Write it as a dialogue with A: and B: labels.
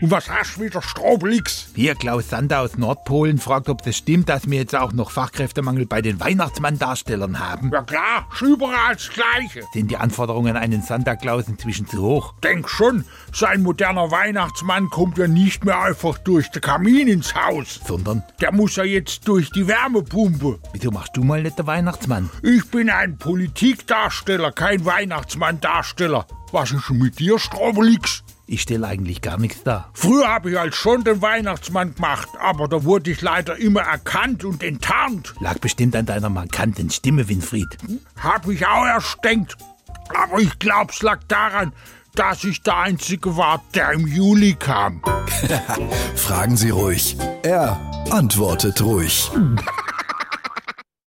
A: Und was hast du wieder, Straublix?
B: Hier, Klaus Sander aus Nordpolen fragt, ob das stimmt, dass wir jetzt auch noch Fachkräftemangel bei den Weihnachtsmann-Darstellern haben.
A: Ja klar, ist überall das Gleiche.
B: Sind die Anforderungen an einen Santa Claus inzwischen zu hoch?
A: Denk schon, sein moderner Weihnachtsmann kommt ja nicht mehr einfach durch den Kamin ins Haus.
B: Sondern,
A: Der muss ja jetzt durch die Wärmepumpe.
B: wieso machst du mal nicht den Weihnachtsmann?
A: Ich bin ein Politikdarsteller, kein Weihnachtsmanndarsteller. Was ist denn mit dir, Straublix?
B: Ich stelle eigentlich gar nichts dar.
A: Früher habe ich halt schon den Weihnachtsmann gemacht, aber da wurde ich leider immer erkannt und enttarnt. Hm?
B: Lag bestimmt an deiner markanten Stimme, Winfried.
A: Hab ich auch erst denkt. Aber ich glaub's lag daran, dass ich der Einzige war, der im Juli kam.
C: Fragen Sie ruhig. Er antwortet ruhig.